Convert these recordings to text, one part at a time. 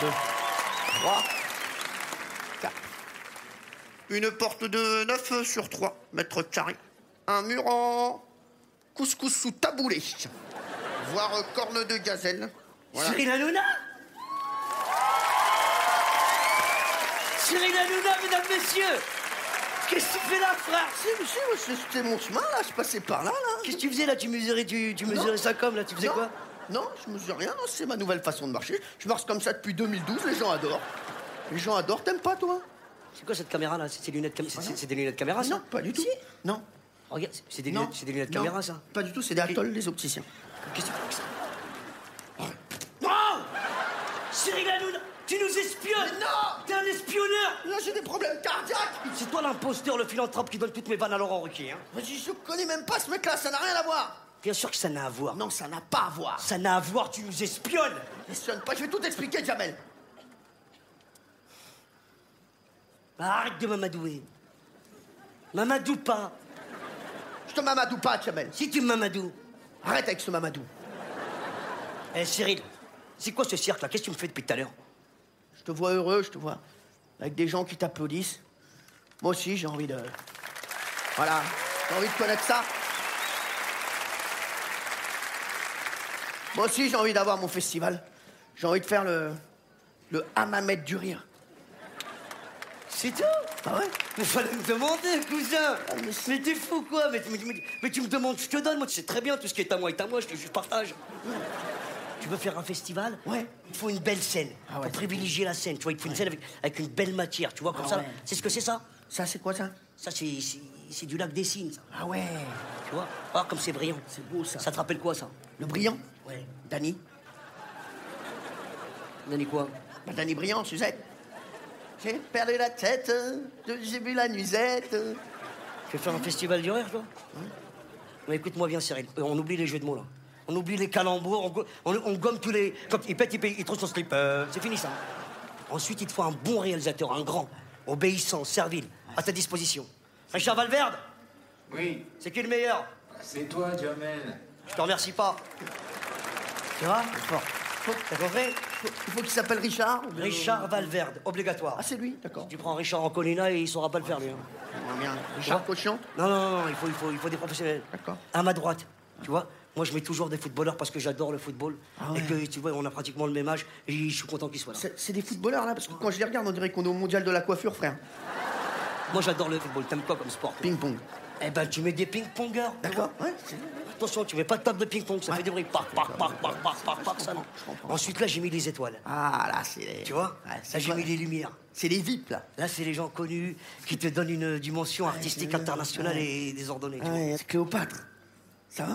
2, 3, 4. Une porte de 9 sur 3 mètres carrés. Un mur en couscous sous taboulé. Voire euh, corne de gazelle. Voilà. Cyril Hanouna Cyril Hanouna, mesdames, messieurs Qu'est-ce que tu fais là, frère Si, si, moi, C'était mon chemin, là, je passais par là, là. Qu'est-ce que tu faisais là Tu mesurais, tu, tu mesurais ça comme là Tu faisais Non, quoi Non, je mesure rien, non, c'est ma nouvelle façon de marcher. Je marche comme ça depuis 2012, les gens adorent. Les gens adorent, t'aimes pas, toi C'est quoi cette caméra là C'est des lunettes cam- c'est- c'est- C'est des lunettes caméra ça Non, pas du tout. Si. Non. Regarde, c'est- c'est des Non. lunettes, c'est des lunettes Non. caméra ça. Pas du tout, c'est des atolls, les opticiens. Qu'est-ce que tu fais Non Cyril Hanouna, tu nous espionnes Mais non T'es un espionneur Là, j'ai des problèmes cardiaques C'est toi l'imposteur, le philanthrope qui donne toutes mes vannes à Laurent Ruquier. Hein. Mais je, je connais même pas ce mec-là, ça n'a rien à voir Bien sûr que ça n'a à voir. Non, ça n'a pas à voir Ça n'a à voir, tu nous espionnes Questionne pas, je vais tout expliquer, Jamel Bah, Arrête de m'amadouer. M'amadou pas. Je te mamadou pas, Jamel Si tu m'amadou. Arrête avec ce mamadou Eh Cyril, c'est quoi ce cirque là Qu'est-ce que tu me fais depuis tout à l'heure Je te vois heureux, je te vois avec des gens qui t'applaudissent. Moi aussi, j'ai envie de... Voilà, j'ai envie de connaître ça Moi aussi, j'ai envie d'avoir mon festival. J'ai envie de faire le... le Hammamet du rire. C'est tout Ah ouais Mais fallait me demander, cousin mais Ah, Mais, c'est- t'es fou quoi mais, mais- mais- mais tu me demandes, je te donne, moi tu sais très bien, tout ce qui est à moi est à moi, je te je partage. Tu veux faire un festival Ouais. Il te faut une belle scène. Ah ouais. Pour privilégier la scène, tu vois, il te faut une scène avec, avec une belle matière, tu vois, comme Ah ça. ouais. C'est ce que c'est ça Ça, c'est quoi, ça Ça, c'est- c'est c'est du lac des signes, ça. Ah ouais Tu vois Ah, comme c'est brillant. C'est beau, ça. Ça te rappelle quoi, ça Le brillant Ouais. Dany On dit quoi Bah, Dany Brillant, Suzette. J'ai perdu la tête, euh, j'ai vu la nuisette. euh. Tu veux faire un festival du rire, toi Ouais, Écoute-moi bien, Cyril. Euh, On oublie les jeux de mots, là. On oublie les calembours, on, go- on- on gomme tous les... Quand il pète, il, pète, il trouve son slip. euh, c'est fini, ça. Ensuite, il te faut un bon réalisateur, un grand, obéissant, servile, à ta disposition. Richard Valverde, Oui, c'est qui le meilleur c'est toi, Jamel. Je te remercie pas. Tu vois Bon. T'as compris Faut- Il faut qu'il s'appelle Richard. ou- Richard Valverde, obligatoire. Ah, c'est lui, d'accord. tu prends Richard Anconina et il saura pas le faire, lui. hein. Ah, bien. Richard Cochon Non, non, non, il faut, il faut, il faut des professionnels. D'accord. À ma droite, tu vois. Moi, je mets toujours des footballeurs parce que j'adore le football. Ah ouais. Et que, tu vois, on a pratiquement le même âge. Et je suis content qu'ils soient là. C'est c'est des footballeurs, là, parce que quand je les regarde, on dirait qu'on est au mondial de la coiffure, frère. Moi, j'adore le football. T'aimes quoi comme sport toi Ping-pong. Eh ben, tu mets des ping-pongers. tu D'accord vois. Ouais, c'est- Attention, tu mets pas de table de ping-pong, ça fait des bruits. Pac, pac, pac, pac, pac, pac, pac, ça non. Je comprends. Ensuite, là, j'ai mis les étoiles. Ah, là, c'est les. Tu vois Ouais, Là, c'est j'ai quoi mis les lumières. C'est les VIP, là. Là, c'est les gens connus qui te donnent une dimension artistique internationale et désordonnée. tu vois. Ouais, c'est Cléopâtre. Ça va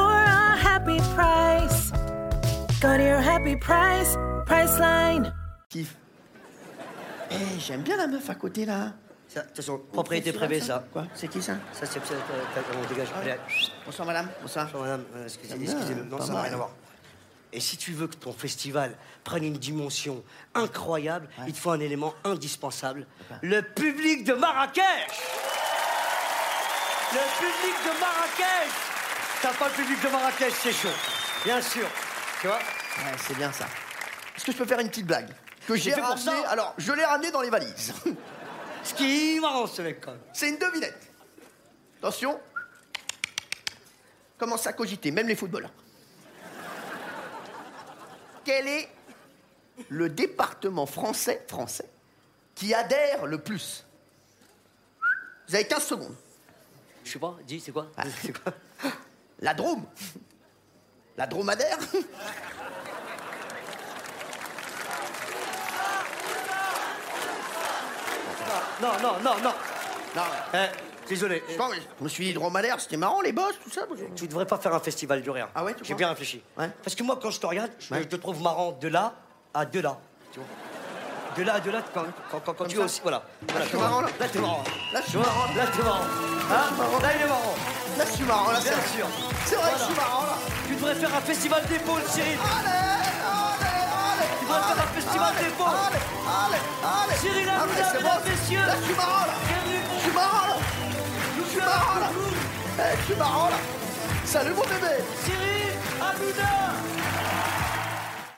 a happy price. Go to your happy price, Priceline. kiffe. Eh, j'aime bien la meuf à côté, là. Ça, De toute façon, propriété privée, ça. Quoi C'est qui, ça Ça, c'est. ça, t'as- t'as- On dégage. Allez, Bonsoir, madame. Bonsoir. Bonjour, madame, Euh, excusez, Ah, excusez-le. Non, pas ça n'a mal. rien à voir. Et si tu veux que ton festival prenne une dimension incroyable, il te faut un élément indispensable. Le public de Marrakech Le public de Marrakech T'as pas le public de Marrakech, c'est chaud. Bien sûr. Tu vois Ouais, c'est bien ça. Est-ce que je peux faire une petite blague Que j'ai fait pour ramené. ça. Alors, je l'ai ramené dans les valises. Ce qui est marrant, ce mec, quand même. C'est une devinette. Attention. Commence à cogiter, même les footballeurs. Quel est le département français, français qui adhère le plus Vous avez 15 secondes. Je sais pas, dis, c'est quoi C'est quoi La Drôme La Dromadaire Non, non, non, non. Non, Eh, désolé. je pense- je me suis dit dromadaire, c'était marrant, les boss, tout ça. Tu devrais pas faire un festival du rien. Ah ouais, tu J'ai crois bien réfléchi. Ouais. Parce que moi, quand je te regarde, je, Ouais. je te trouve marrant de là à de là. Tu vois De là à de là, quand, quand, quand, quand tu es ça aussi. Voilà. voilà je tu suis vois. marrant, là. Là, t'es marrant. Là, je suis Tu vois marrant. Là, t'es marrant. Là, je suis marrant. Hein Là, il est marrant. Là, je suis marrant, là, c'est Bien vrai. sûr. C'est vrai que je suis Voilà. marrant, là. Tu devrais faire un festival d'épaule, Cyril. Allez, allez, allez Tu vas faire un festival allez, des pauvres. Allez, allez, allez Cyril Ah, mais Hanouna, c'est mesdames, bon. messieurs. Là, je suis marrant, là Bienvenue Je suis marrant, là Je suis marrant, là Eh, Je suis marrant, là Salut, mon bébé Cyril Hanouna